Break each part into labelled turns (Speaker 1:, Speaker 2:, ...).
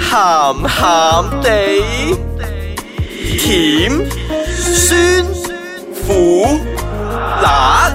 Speaker 1: 鹹鹹地，甜酸苦辣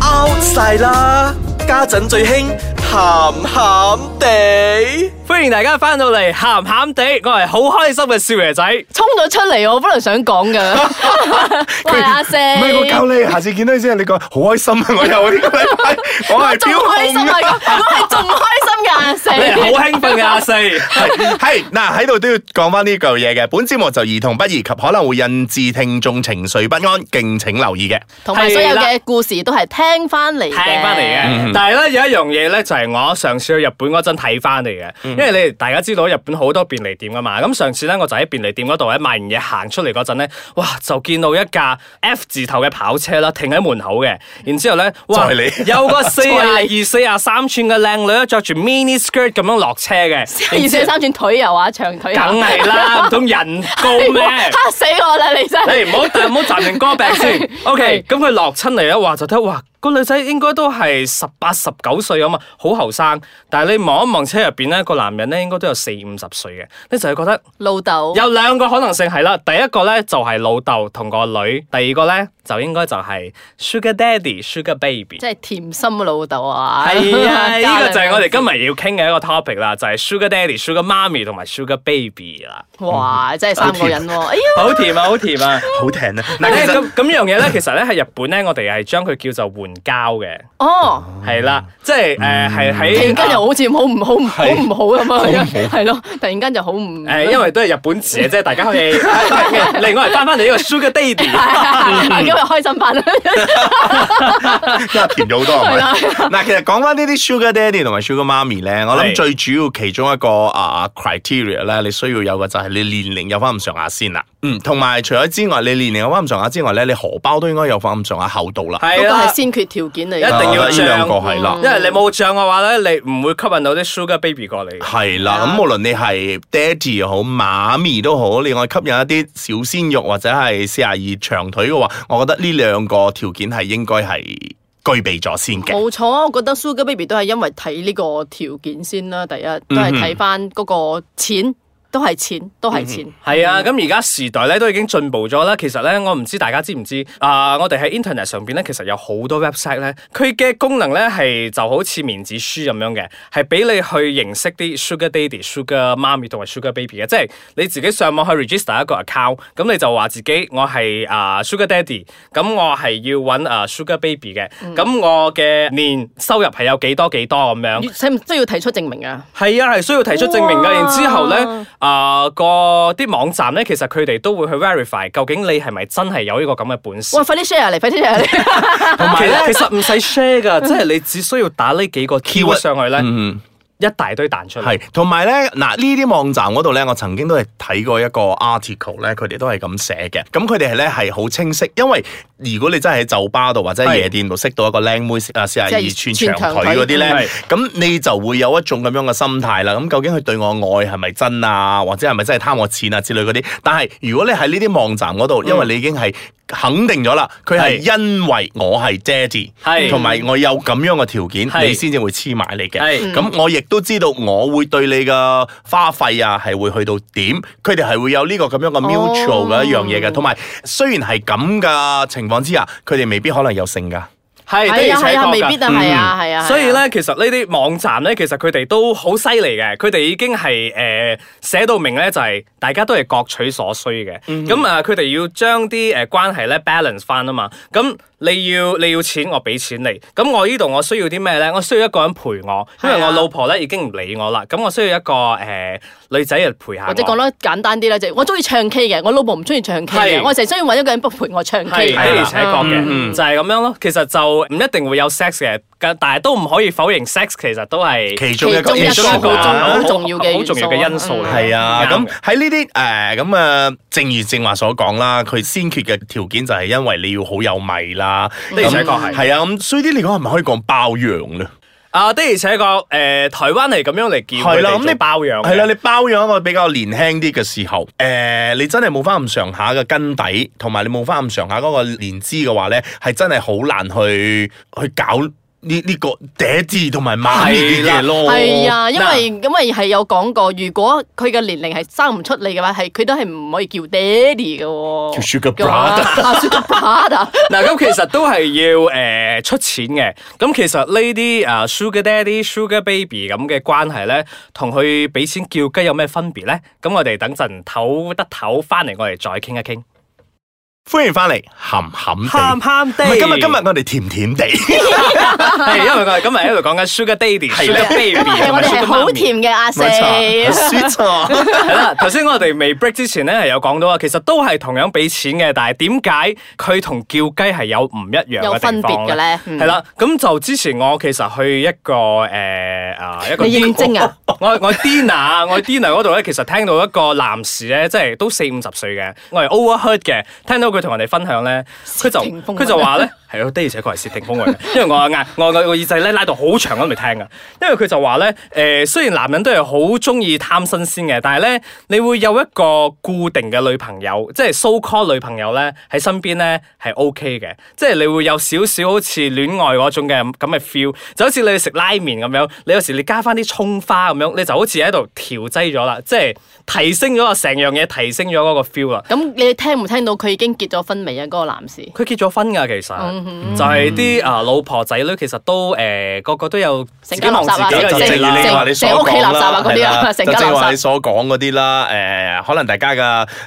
Speaker 1: out 晒啦！家陣最興鹹鹹地。
Speaker 2: 歡迎大家翻到嚟，咸咸地，我係好開心嘅少爺 仔。
Speaker 3: 衝咗出嚟，我本來想 講噶。喂，阿四，
Speaker 4: 唔係我教你，下次見到你先，你講好開心啊！我有呢個禮拜，我係
Speaker 3: 仲
Speaker 4: 飆
Speaker 3: 開心
Speaker 4: 紅
Speaker 3: 啊！我係仲開心嘅阿四。
Speaker 2: 你係好興奮嘅阿 四，
Speaker 4: 係嗱，喺度都要講翻呢句嘢嘅。本節目就兒童不宜及可能會引致聽眾情緒不安，敬請留意嘅。
Speaker 3: 同埋所有嘅故事都係聽翻嚟嘅，
Speaker 2: 聽翻嚟嘅。
Speaker 4: 嗯
Speaker 2: 但係咧有一樣嘢咧，就係我上次去日本嗰陣睇翻嚟嘅，
Speaker 3: 嗯
Speaker 2: 因為你哋大家知道日本好多便利店噶嘛。咁上次咧，我就喺便利店嗰度咧買完嘢行出嚟嗰陣咧，哇，就見到一架 F 字頭嘅跑車啦，停喺門口嘅。然之後咧，哇，
Speaker 4: 就係 你
Speaker 2: 有個四廿二、四廿三寸嘅靚女咧，着住 mini skirt 咁樣落車嘅，
Speaker 3: 而且三寸啊腿又話長腿又話，
Speaker 2: 梗係啦，唔通人高咩？
Speaker 3: 嚇死我啦！你真係。
Speaker 2: 你唔好唔好暫停歌病 先。OK，咁佢落親嚟咧，啊話就睇哇，個女仔應該都係十八十九歲咁啊，好後生。但係你望一望車入邊咧，個男人咧應該都有四五十歲嘅，你就係覺得
Speaker 3: 老豆，
Speaker 2: 有兩個可能性係啦。第一個咧就係老豆同個女，第二個咧就應該就係 Sugar Daddy、Sugar Baby。
Speaker 3: 即係甜心嘅老豆啊！
Speaker 2: 係啊，
Speaker 3: 家
Speaker 2: 呢個
Speaker 3: 兩
Speaker 2: 就係我哋今日要傾嘅一個 topic 啦，就係 Sugar Daddy、Sugar Mommy 同埋 Sugar Baby 啦。
Speaker 3: 哇，真係三個人喎！哎呀，
Speaker 2: 好甜啊，好甜啊！
Speaker 4: 好聽啊！嗱，
Speaker 2: 嗱，
Speaker 4: 其 實
Speaker 2: 咁咁樣嘢咧，其實咧喺日本咧，我哋係將佢叫做援交嘅，
Speaker 3: 哦，
Speaker 2: 係啦，即係誒
Speaker 4: 嗯
Speaker 2: 係
Speaker 3: 突然
Speaker 2: 喺
Speaker 3: 間又好似好唔好唔好
Speaker 4: 係
Speaker 3: 唔好咁樣，係咯，突然間就 好唔
Speaker 2: 誒，呃因為都係日本字嘅啫，大家可以另外翻翻嚟呢個 Sugar Daddy，
Speaker 3: 今日開心翻啦，
Speaker 4: 真係甜咗好多啊係
Speaker 3: 係啦
Speaker 4: 咪？嗱，其實講翻呢啲 Sugar Daddy 同埋 Sugar Mommy 咧，我
Speaker 2: 係
Speaker 4: 諗最主要其中一個啊 criteria 咧，你需要有嘅就係你年齡有翻咁上下先啦。嗯，同埋除咗之外，你年齡有翻咁上下之外咧，你荷包都應該有翻咁上下厚度啦。
Speaker 3: 嗰
Speaker 2: 係
Speaker 3: 個
Speaker 2: 啦
Speaker 3: 係，先決條件嚟
Speaker 2: 一
Speaker 3: 嘅。
Speaker 2: 定要
Speaker 4: 我覺得呢兩個係啦。
Speaker 2: 因為你冇漲嘅話咧，你唔會吸引到啲 Sugar Baby 過嚟嘅。
Speaker 4: 係啦，咁無論你係爹哋又好，媽咪都好，你外吸引一啲小鮮肉或者係四廿二長腿嘅話，我覺得呢兩個條件係應該係具備咗先嘅。
Speaker 3: 冇錯啊！我覺得 Sugar Baby 都係因為睇呢個條件先啦，第一
Speaker 2: 嗯
Speaker 3: 都係睇翻嗰個錢，都係錢，都係錢。
Speaker 2: 係啊，咁而家時代咧都已經進步咗啦。其實咧，我唔知大家知唔知啊、我哋喺 Internet 上邊咧，其實有好多 website 咧，佢嘅功能咧係就好似面子書咁樣嘅，係俾你去認識啲 Sugar Daddy、Sugar Mommy 同埋 Sugar Baby 嘅。即係你自己上網去 register 一個 account，咁你就話自己我係啊、Sugar Daddy，咁我係要揾啊、Sugar Baby 嘅，咁、我嘅年收入係有幾多幾多咁樣。
Speaker 3: 使唔需要提出證明啊？
Speaker 2: 係啊，係需要提出證明嘅。
Speaker 3: 哇
Speaker 2: 然之後咧，啊個啲網站咧，其實佢哋都會去 verify 究竟你係咪真係有呢個咁嘅本事
Speaker 3: 喂，。快啲 share 嚟，快啲 share 嚟！
Speaker 2: 同埋咧，其實唔使 share 噶，即係你只需要打呢幾個 keyword
Speaker 4: Keyword
Speaker 2: 上去咧，
Speaker 4: 嗯，
Speaker 2: 一大堆彈出嚟。
Speaker 4: 係，同埋咧，嗱呢啲網站嗰度咧，我曾經都係睇過一個 article 咧，佢哋都係咁寫嘅。咁佢哋係咧係好清晰，因為如果你真係喺酒吧度或者
Speaker 2: 係
Speaker 4: 夜店度識到一個靚妹啊四廿二寸
Speaker 3: 即係
Speaker 4: 長腿嗰
Speaker 3: 長
Speaker 4: 啲
Speaker 2: 腿
Speaker 4: 咧，咁你就會有一種咁樣嘅心態啦。咁究竟佢對我愛係咪真啊，或者係咪真係貪我錢啊之類嗰啲？但係如果你喺呢啲網站嗰度，因為你已經係肯定咗啦，佢係
Speaker 2: 係
Speaker 4: 因為我係爹
Speaker 2: 係
Speaker 4: 哋，同埋我有咁樣嘅條件，
Speaker 2: 係
Speaker 4: 你先至會黐埋你嘅。
Speaker 2: 係
Speaker 4: 咁我亦都知道我會對你嘅花費啊係會去到點，佢哋係會有呢個咁
Speaker 2: 哦
Speaker 4: 樣嘅 mutual 嘅一樣嘢嘅，同埋雖然係咁嘅情況之下，佢哋未必可能有性㗎。
Speaker 2: 係的
Speaker 3: 係啊
Speaker 2: 而且
Speaker 3: 係啊，
Speaker 2: 確
Speaker 3: 未
Speaker 2: 㗎嗯
Speaker 3: 必啊，係
Speaker 4: 嗯
Speaker 3: 啊係啊。
Speaker 2: 所以咧，其實呢啲網站咧，其實佢哋都好犀利嘅，佢哋已經係誒寫到明咧，就係、大家都係各取所需嘅。咁啊、佢哋要將啲誒關係咧 balance 翻啊嘛。咁你要你要錢，我俾錢你。咁我呢度我需要啲咩咧？我需要一個人陪我，因為
Speaker 3: 係啊
Speaker 2: 我老婆咧已經唔理我啦。咁我需要一個誒、呃女仔嚟陪下我。
Speaker 3: 或者講得簡單啲咧，就係我中意唱 K 嘅，我老婆唔中意唱 K
Speaker 2: 係
Speaker 3: 嘅，我成日中意揾一個人陪我唱
Speaker 2: 係
Speaker 3: K
Speaker 2: 的
Speaker 4: 係
Speaker 2: 而
Speaker 4: 啦
Speaker 2: 且確
Speaker 4: 嗯
Speaker 2: 嘅，
Speaker 4: 嗯
Speaker 2: 就係咁樣咯。其實就唔一定會有 sex 嘅，但係都唔可以否認 sex 其實都係
Speaker 4: 其中一個
Speaker 3: 其
Speaker 2: 其中一個
Speaker 3: 好重
Speaker 4: 啊
Speaker 3: 好重要嘅
Speaker 2: 好重要嘅因素嚟嘅。
Speaker 4: 係啊，
Speaker 2: 啱
Speaker 4: 咁
Speaker 2: 嘅
Speaker 4: 喺呢啲誒咁啊，正如正話所講啦，佢先決嘅條件就係因為你要好有米啦，
Speaker 2: 嗯的而且確係
Speaker 4: 係啊，咁所以啲嚟講係咪可以講包養咧？
Speaker 2: 啊的而且確，誒、台灣係咁樣嚟叫佢
Speaker 4: 係啦
Speaker 2: 哋
Speaker 4: 咁
Speaker 2: 做
Speaker 4: 你
Speaker 2: 包養嘅，
Speaker 4: 係啦，你包養一個比較年輕啲嘅時候，誒、你真係冇翻咁上下嘅根底，同埋你冇翻咁上下嗰個年資嘅話咧，係真係好難去去搞呢呢個爹字同埋媽呢啲嘢咯。
Speaker 3: 係啊，因
Speaker 2: 哦嗱
Speaker 3: 為因為係有講過，如果佢嘅年齡係生唔出嚟嘅話，係佢都係唔可以叫爹哋嘅喎。
Speaker 4: 叫 Sugar
Speaker 3: 嘅話
Speaker 4: Brother
Speaker 3: 啊，Sugar Brother，
Speaker 2: 嗱，咁其實都係要誒、呃出錢嘅。咁其實呢啲啊 Sugar Daddy、Sugar Baby 咁嘅關係咧，同佢俾錢叫雞有咩分別咧？咁我哋等陣唞得唞翻嚟，我哋再傾一傾。
Speaker 4: 歡迎翻嚟，鹹鹹
Speaker 2: 鹹
Speaker 4: 地。
Speaker 2: 鹹
Speaker 4: 唔
Speaker 2: 地，
Speaker 4: 係今日今日我哋甜 甜地，
Speaker 2: 係因為我哋今日喺度講緊 Sugar Daddy、
Speaker 4: 啊係
Speaker 2: Sugar
Speaker 4: 啦
Speaker 2: Baby 啊
Speaker 3: 因
Speaker 2: 同埋
Speaker 3: 為我哋係
Speaker 2: Sugar
Speaker 3: 好
Speaker 2: Mommy
Speaker 3: 甜嘅阿四。
Speaker 4: 冇錯啊
Speaker 2: 係啦，頭先我哋未 break 之前咧係有講到啊，其實都係同樣俾錢嘅，但係點解佢同叫雞係有唔一樣
Speaker 3: 有
Speaker 2: 嘅地
Speaker 3: 分
Speaker 2: 方
Speaker 3: 別
Speaker 2: 咧
Speaker 3: 嘅咧？嗯
Speaker 2: 係啦，咁就之前我其實去一個誒啊一個
Speaker 3: 你應徵啊？
Speaker 2: 我我 dinner 我 dinner 嗰度咧，其實聽到一個男士咧，即係都四五十歲嘅，我係 overheard 嘅，聽到佢同人哋分享咧，佢就
Speaker 3: 竊聽風雲
Speaker 2: 佢就話咧係咯，啊的而且確係竊聽風雲嘅，因為我嗌我我個耳仔咧拉到好長我都未聽噶，因為佢就話咧誒，雖然男人都係好中意貪新鮮嘅，但係咧你會有一個固定嘅女朋友，即係 so call 女朋友咧喺身邊咧係 OK 嘅，即係你會有少少好似戀愛嗰種嘅咁嘅 feel，就好似你食拉麵咁樣，你有時你加翻啲葱花咁樣，你就好似喺度調劑咗啦，即係提升咗啊成樣嘢提升咗嗰個 feel 啦。
Speaker 3: 咁你聽唔聽到佢已經結咗婚未啊？嗰個男士。
Speaker 2: 佢結咗婚㗎，其實、
Speaker 3: 嗯
Speaker 2: 就係啲啊老婆仔女，其實都誒、呃、個個都有自
Speaker 3: 成
Speaker 2: 己
Speaker 3: 家
Speaker 2: 忙
Speaker 3: 垃
Speaker 2: 自
Speaker 3: 圾
Speaker 2: 己
Speaker 3: 啊
Speaker 2: 嘅
Speaker 4: 就正
Speaker 2: 嘢
Speaker 4: 如你話
Speaker 2: 啦。
Speaker 4: 你所
Speaker 3: 成屋企
Speaker 4: 講
Speaker 3: 垃圾
Speaker 4: 啦，
Speaker 3: 啊嗰啲啊
Speaker 4: 係啦
Speaker 3: 成
Speaker 4: 就
Speaker 3: 家
Speaker 4: 正如話
Speaker 3: 垃圾
Speaker 4: 你所講嗰啲啦，誒，可能大家嘅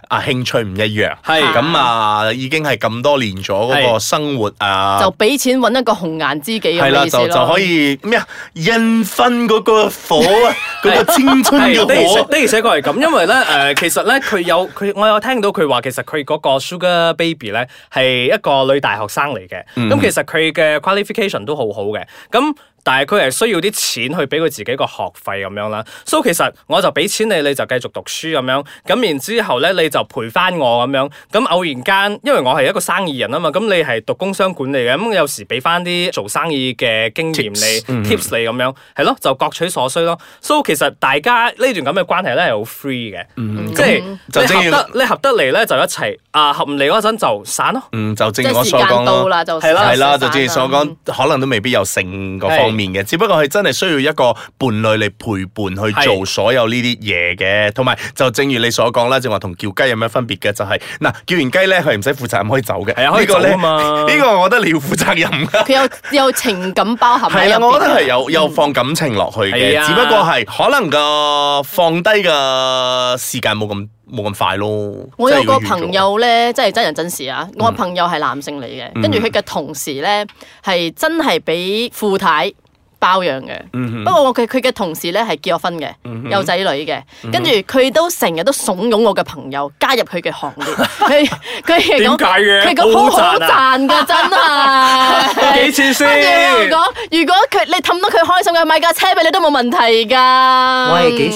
Speaker 4: 啊興趣唔一樣，
Speaker 2: 係
Speaker 4: 咁啊，已經係咁多年咗嗰個
Speaker 2: 係
Speaker 4: 生活啊，
Speaker 3: 就俾錢揾一個紅顏知己咁
Speaker 4: 係啦，
Speaker 3: 嘅意思
Speaker 4: 就
Speaker 3: 咯。
Speaker 4: 就可以咩啊？印分嗰個火啊，嗰個青春
Speaker 2: 係的而
Speaker 4: 嘅
Speaker 2: 且
Speaker 4: 火。
Speaker 2: 的而且確係咁，因為咧誒、呃其實咧佢有佢，我有聽到佢話，其實佢嗰個 Sugar Baby 咧係一個女大學生嚟嘅，咁、其實佢嘅 qualification 都好好嘅，咁但係佢係需要啲錢去俾佢自己個學費咁樣啦，所以其實我就俾錢你，你就繼續讀書咁樣，咁然之後咧你就陪翻我咁樣，咁偶然間因為我係一個生意人啊嘛，咁你係讀工商管理嘅，咁有時俾翻啲做生意嘅經驗
Speaker 4: Tips
Speaker 2: 你 tips 嗯你咁樣，係咯，就各取所需咯。所以其實大家呢段咁嘅關係咧係好 free 嘅，嗯即係
Speaker 4: 就
Speaker 2: 你
Speaker 4: 正
Speaker 2: 合
Speaker 4: 如
Speaker 2: 得你合得嚟咧就一齊，啊合唔嚟嗰陣就散咯。
Speaker 4: 嗯，就正
Speaker 3: 即
Speaker 4: 如我
Speaker 3: 係時
Speaker 4: 所
Speaker 3: 間
Speaker 4: 講
Speaker 3: 到
Speaker 4: 啦。
Speaker 3: 啦，就
Speaker 2: 係啦
Speaker 4: 係啦，就
Speaker 3: 散
Speaker 4: 正如所講
Speaker 3: 嗯，
Speaker 4: 可能都未必有性嗰方面嘅，只不過佢真係需要一個伴侶嚟陪伴去做
Speaker 2: 係
Speaker 4: 所有呢啲嘢嘅，同埋就正如你所講啦，正話同叫雞有咩分別嘅？就係嗱，叫完雞咧，佢唔使負責任可以走嘅，
Speaker 2: 係啊可以
Speaker 4: 呢個呢
Speaker 2: 走啊嘛
Speaker 4: 呢個我覺得你要負責任 㗎。
Speaker 3: 佢有有情感包含
Speaker 4: 係
Speaker 3: 喺
Speaker 4: 啦，
Speaker 3: 入
Speaker 4: 我
Speaker 3: 邊啊
Speaker 4: 覺得係有
Speaker 2: 嗯
Speaker 4: 有放感情落去
Speaker 2: 係
Speaker 4: 嘅，
Speaker 2: 啊
Speaker 4: 只不過係可能個放低嘅時間冇咁冇咁快咯。
Speaker 3: 我
Speaker 4: 即係
Speaker 3: 有個
Speaker 4: 要預
Speaker 2: 啊
Speaker 4: 咗
Speaker 3: 朋友咧，真係真人真事啊！
Speaker 2: 嗯
Speaker 3: 我朋友係男性嚟嘅，跟住佢嘅同事咧係真係俾富太包養嘅。
Speaker 2: 嗯
Speaker 3: 不過我佢佢嘅同事咧係結咗婚嘅，有仔女嘅，
Speaker 2: 嗯
Speaker 3: 跟住佢都成日都慫恿我嘅朋友加入佢嘅行 列。佢佢係
Speaker 2: 點
Speaker 3: 講
Speaker 2: 解嘅
Speaker 3: 佢講
Speaker 2: 好
Speaker 3: 好好
Speaker 2: 賺啊
Speaker 3: 賺㗎，真係
Speaker 2: 幾錢先
Speaker 3: 跟住我講，如果佢你氹到佢開心嘅，買架車俾你都冇問題㗎。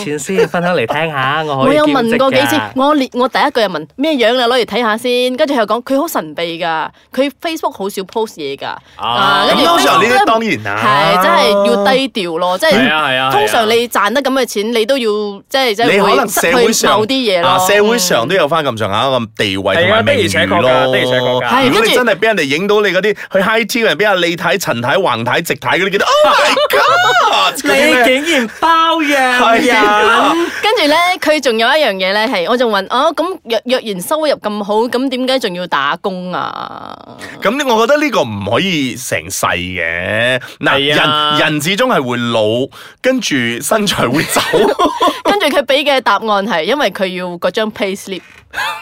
Speaker 2: 錢啊先？分享嚟聽下，我
Speaker 3: 我有問過幾次，我列我第一句就問咩樣啦，攞嚟睇下先。跟住佢又講佢好神秘㗎，佢 Facebook 好少 post 嘢㗎。啊
Speaker 4: 咁
Speaker 3: 跟住
Speaker 4: 通常
Speaker 3: Facebook
Speaker 4: 呢啲
Speaker 3: 呢
Speaker 4: 當然啦，
Speaker 3: 係真係要低調咯，即
Speaker 2: 係啊係啊係啊
Speaker 3: 係通常你賺得咁嘅錢，你都要即係即
Speaker 4: 你可能
Speaker 3: 係
Speaker 4: 社會
Speaker 3: 失去
Speaker 4: 上
Speaker 3: 某啲嘢
Speaker 4: 啊
Speaker 3: 咯。嗯
Speaker 4: 社會上都有翻咁上下咁地位同
Speaker 2: 係啊
Speaker 4: 埋
Speaker 2: 的
Speaker 4: 名
Speaker 2: 而且確
Speaker 4: 譽
Speaker 2: 㗎的
Speaker 4: 咯。
Speaker 2: 而且確㗎
Speaker 3: 係
Speaker 4: 如果你
Speaker 3: 跟住
Speaker 4: 真係俾人哋影到你嗰啲去 high tea 嘅人，俾阿李太、陳太、橫太、直太嗰 啲，記得 Oh my God！嗰啲咩
Speaker 2: 竟然包養
Speaker 4: 係啊
Speaker 3: 跟住咧，佢仲有一樣嘢咧係，我仲問哦，咁若若然收入咁好，咁點解仲要打工啊？
Speaker 4: 咁呢我覺得呢個唔可以成世嘅。
Speaker 2: 係
Speaker 4: 嗱、
Speaker 2: 啊
Speaker 4: 人人始終係會老，跟住身材會 走。
Speaker 3: 跟住佢俾嘅答案係因為佢要嗰張 pay slip。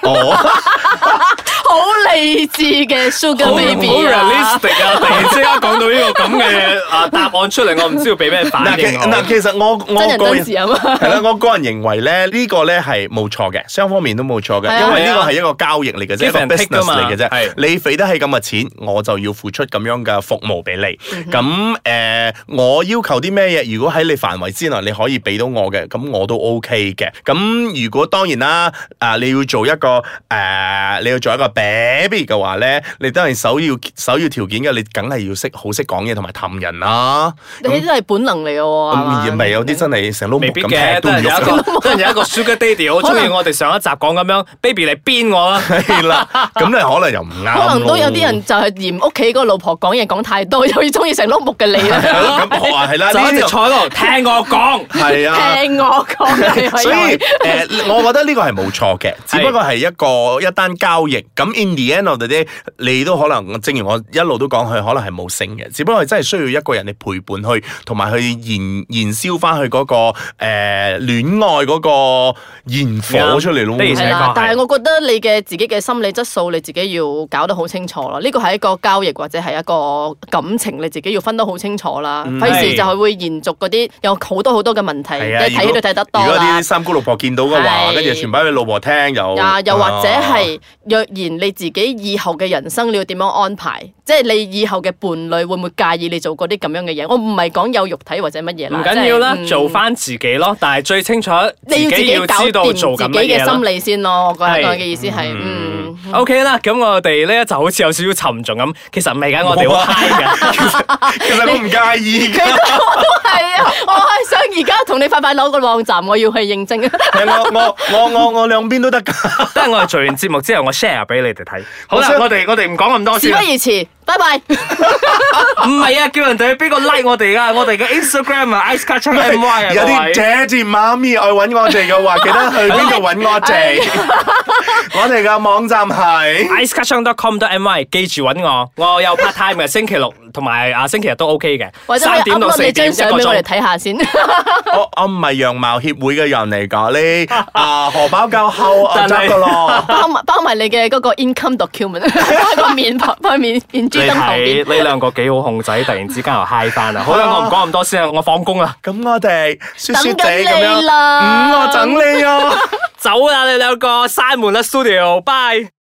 Speaker 4: 哦，
Speaker 3: 好理智嘅 Sugar
Speaker 2: 好好
Speaker 3: Baby 啊！
Speaker 2: realistic 啊！突然之間講到呢個咁嘅啊答案出嚟，我唔知道俾咩
Speaker 4: 嗱
Speaker 2: 反
Speaker 4: 其
Speaker 2: 應我。
Speaker 4: 嗱，其實我
Speaker 3: 真
Speaker 4: 我
Speaker 3: 人
Speaker 4: 個
Speaker 3: 真事
Speaker 4: 人
Speaker 3: 啊嘛，
Speaker 4: 係啦，我個人認為咧，呢個咧係冇錯嘅，雙方面都冇錯
Speaker 3: 係
Speaker 4: 嘅，
Speaker 3: 啊
Speaker 4: 因為呢
Speaker 2: 係
Speaker 4: 個
Speaker 2: 啊
Speaker 4: 係一個交易嚟嘅啫，
Speaker 2: Give
Speaker 4: 一個
Speaker 2: and take 㗎
Speaker 4: business
Speaker 2: 嘛
Speaker 4: 嚟
Speaker 2: 係
Speaker 4: 嘅啫。你俾得起咁嘅錢，我就要付出咁樣嘅服務俾
Speaker 2: 嗯
Speaker 4: 你。咁誒，我要求啲咩嘢？如果喺你範圍之內，你可以俾到我嘅，咁我都 OK 嘅。咁如果當然啦，啊，你要做一個誒，你要做一個 baby 嘅話咧，你都係首要首要條件嘅，你梗係要識好識講嘢同埋氹人啦。
Speaker 3: 你呢啲係本能嚟嘅喎，係嘛
Speaker 4: 咁而咪有啲真係成碌木
Speaker 2: 未必
Speaker 4: 咁
Speaker 2: 嘅，
Speaker 4: 踢
Speaker 2: 都
Speaker 4: 都唔
Speaker 2: 係有一
Speaker 4: 喐
Speaker 2: 個，都係有一個 Sugar Daddy，好中意我哋上一集講咁樣，baby 你鞭我啦。
Speaker 4: 係啦，咁你可能又唔啱咯。
Speaker 3: 可能都有啲人就係嫌屋企嗰個老婆講嘢講太多，又要中意成碌木嘅你啦。
Speaker 4: 係咯咁我 話係啦，
Speaker 2: 就
Speaker 4: 呢
Speaker 2: 一直
Speaker 4: 啲
Speaker 2: 坐喺度聽我講。
Speaker 4: 係啊。
Speaker 3: 聽我講你
Speaker 4: 所以
Speaker 3: 係啊
Speaker 4: 诶、我覺得呢個係冇錯嘅，只不過係一個一單交易。咁 in the end of the day，你都可能，正如我一路都講，佢可能係冇性嘅，只不過係真係需要一個人嚟陪伴佢，同埋去燃燃燒翻佢嗰個诶戀愛嗰個燃火出嚟咯。
Speaker 2: 啱的而且
Speaker 3: 係
Speaker 2: 確
Speaker 3: 啦
Speaker 2: 係，
Speaker 3: 但係我覺得你嘅自己嘅心理質素你自己要搞得好清楚咯。呢個係一個交易或者係一個感情，你自己要分得好清楚啦。費事就係會延續嗰啲有好多好多嘅問題，
Speaker 4: 嗯係啊，
Speaker 3: 你睇
Speaker 4: 如
Speaker 3: 戲
Speaker 4: 果
Speaker 3: 都睇得
Speaker 4: 如
Speaker 3: 多啊
Speaker 4: 果
Speaker 3: 啦
Speaker 4: 啲。三姑六婆見到嘅話，
Speaker 3: 係
Speaker 4: 跟住傳俾佢老婆聽又
Speaker 3: 啊，又或者
Speaker 4: 啊
Speaker 3: 係若然你自己以後嘅人生你要點樣安排，即係你以後嘅伴侶會唔會介意你做過啲咁樣嘅嘢？我唔係講有肉體或者乜嘢
Speaker 2: 唔
Speaker 3: 啦，
Speaker 2: 緊要啦，
Speaker 3: 即係嗯
Speaker 2: 做翻自己咯。但係最清楚
Speaker 3: 你要自己
Speaker 2: 要
Speaker 3: 搞
Speaker 2: 知道
Speaker 3: 掂
Speaker 2: 做
Speaker 3: 自
Speaker 2: 緊
Speaker 3: 己
Speaker 2: 乜嘢
Speaker 3: 嘅
Speaker 2: 啦
Speaker 3: 心。理先咯。我覺
Speaker 2: 係
Speaker 3: 得我嘅意思係，嗯，
Speaker 2: O K 啦，咁我哋咧就好似有少少沉重咁，其實唔係㗎，我哋好 high 㗎。
Speaker 4: 其實我唔介意
Speaker 3: 其實我都係啊，我係想而家同你快快攞個網站，我要去認 證。
Speaker 4: 係我我我我我兩邊都得㗎。
Speaker 2: 等下我哋做完節目之後，我 share 俾你哋睇。好啦
Speaker 4: 我，想
Speaker 2: 我哋我哋唔講咁多
Speaker 3: 事
Speaker 2: 先啊
Speaker 3: 不
Speaker 2: 啦。
Speaker 3: 宜遲，拜拜。
Speaker 2: 唔係啊，叫人哋俾個 like 我 哋啊，我哋嘅 Instagram 啊，Ice c a t c h M Y 啊，
Speaker 4: 有
Speaker 2: 各位
Speaker 4: 啲姐字媽咪愛揾我哋嘅話，記得去邊度揾 我
Speaker 2: 哎
Speaker 4: 哋？我哋嘅網站係
Speaker 2: icecutchung.com.my 記住揾我，我有 part time 嘅，星期六同埋啊星期日都 OK
Speaker 3: 或
Speaker 2: 嘅，
Speaker 3: 者你
Speaker 2: 三點到
Speaker 3: upload
Speaker 2: 四
Speaker 3: 你
Speaker 2: 點
Speaker 3: 張
Speaker 2: 一
Speaker 3: 相
Speaker 2: 個
Speaker 3: 俾我哋
Speaker 2: 鐘。
Speaker 3: 睇下先。
Speaker 4: 我我唔係樣貌協會嘅人嚟㗎， 你啊荷包夠厚啊
Speaker 2: 但
Speaker 4: 得
Speaker 2: 係
Speaker 4: 㗎咯。
Speaker 3: 包埋包埋你嘅嗰個 income document，個 面旁個面面
Speaker 2: 你
Speaker 3: 珠燈旁邊
Speaker 2: 睇。呢兩個幾好控制，突然之間又 high 翻啦。好啦，我唔講咁多先啦，啊我放工啦，
Speaker 4: 咁我哋雪雪地
Speaker 3: 等緊
Speaker 4: 咁樣，
Speaker 3: 你啦
Speaker 4: 嗯，我等你啊。
Speaker 2: 走啦你兩個，閂門啦 studio，bye。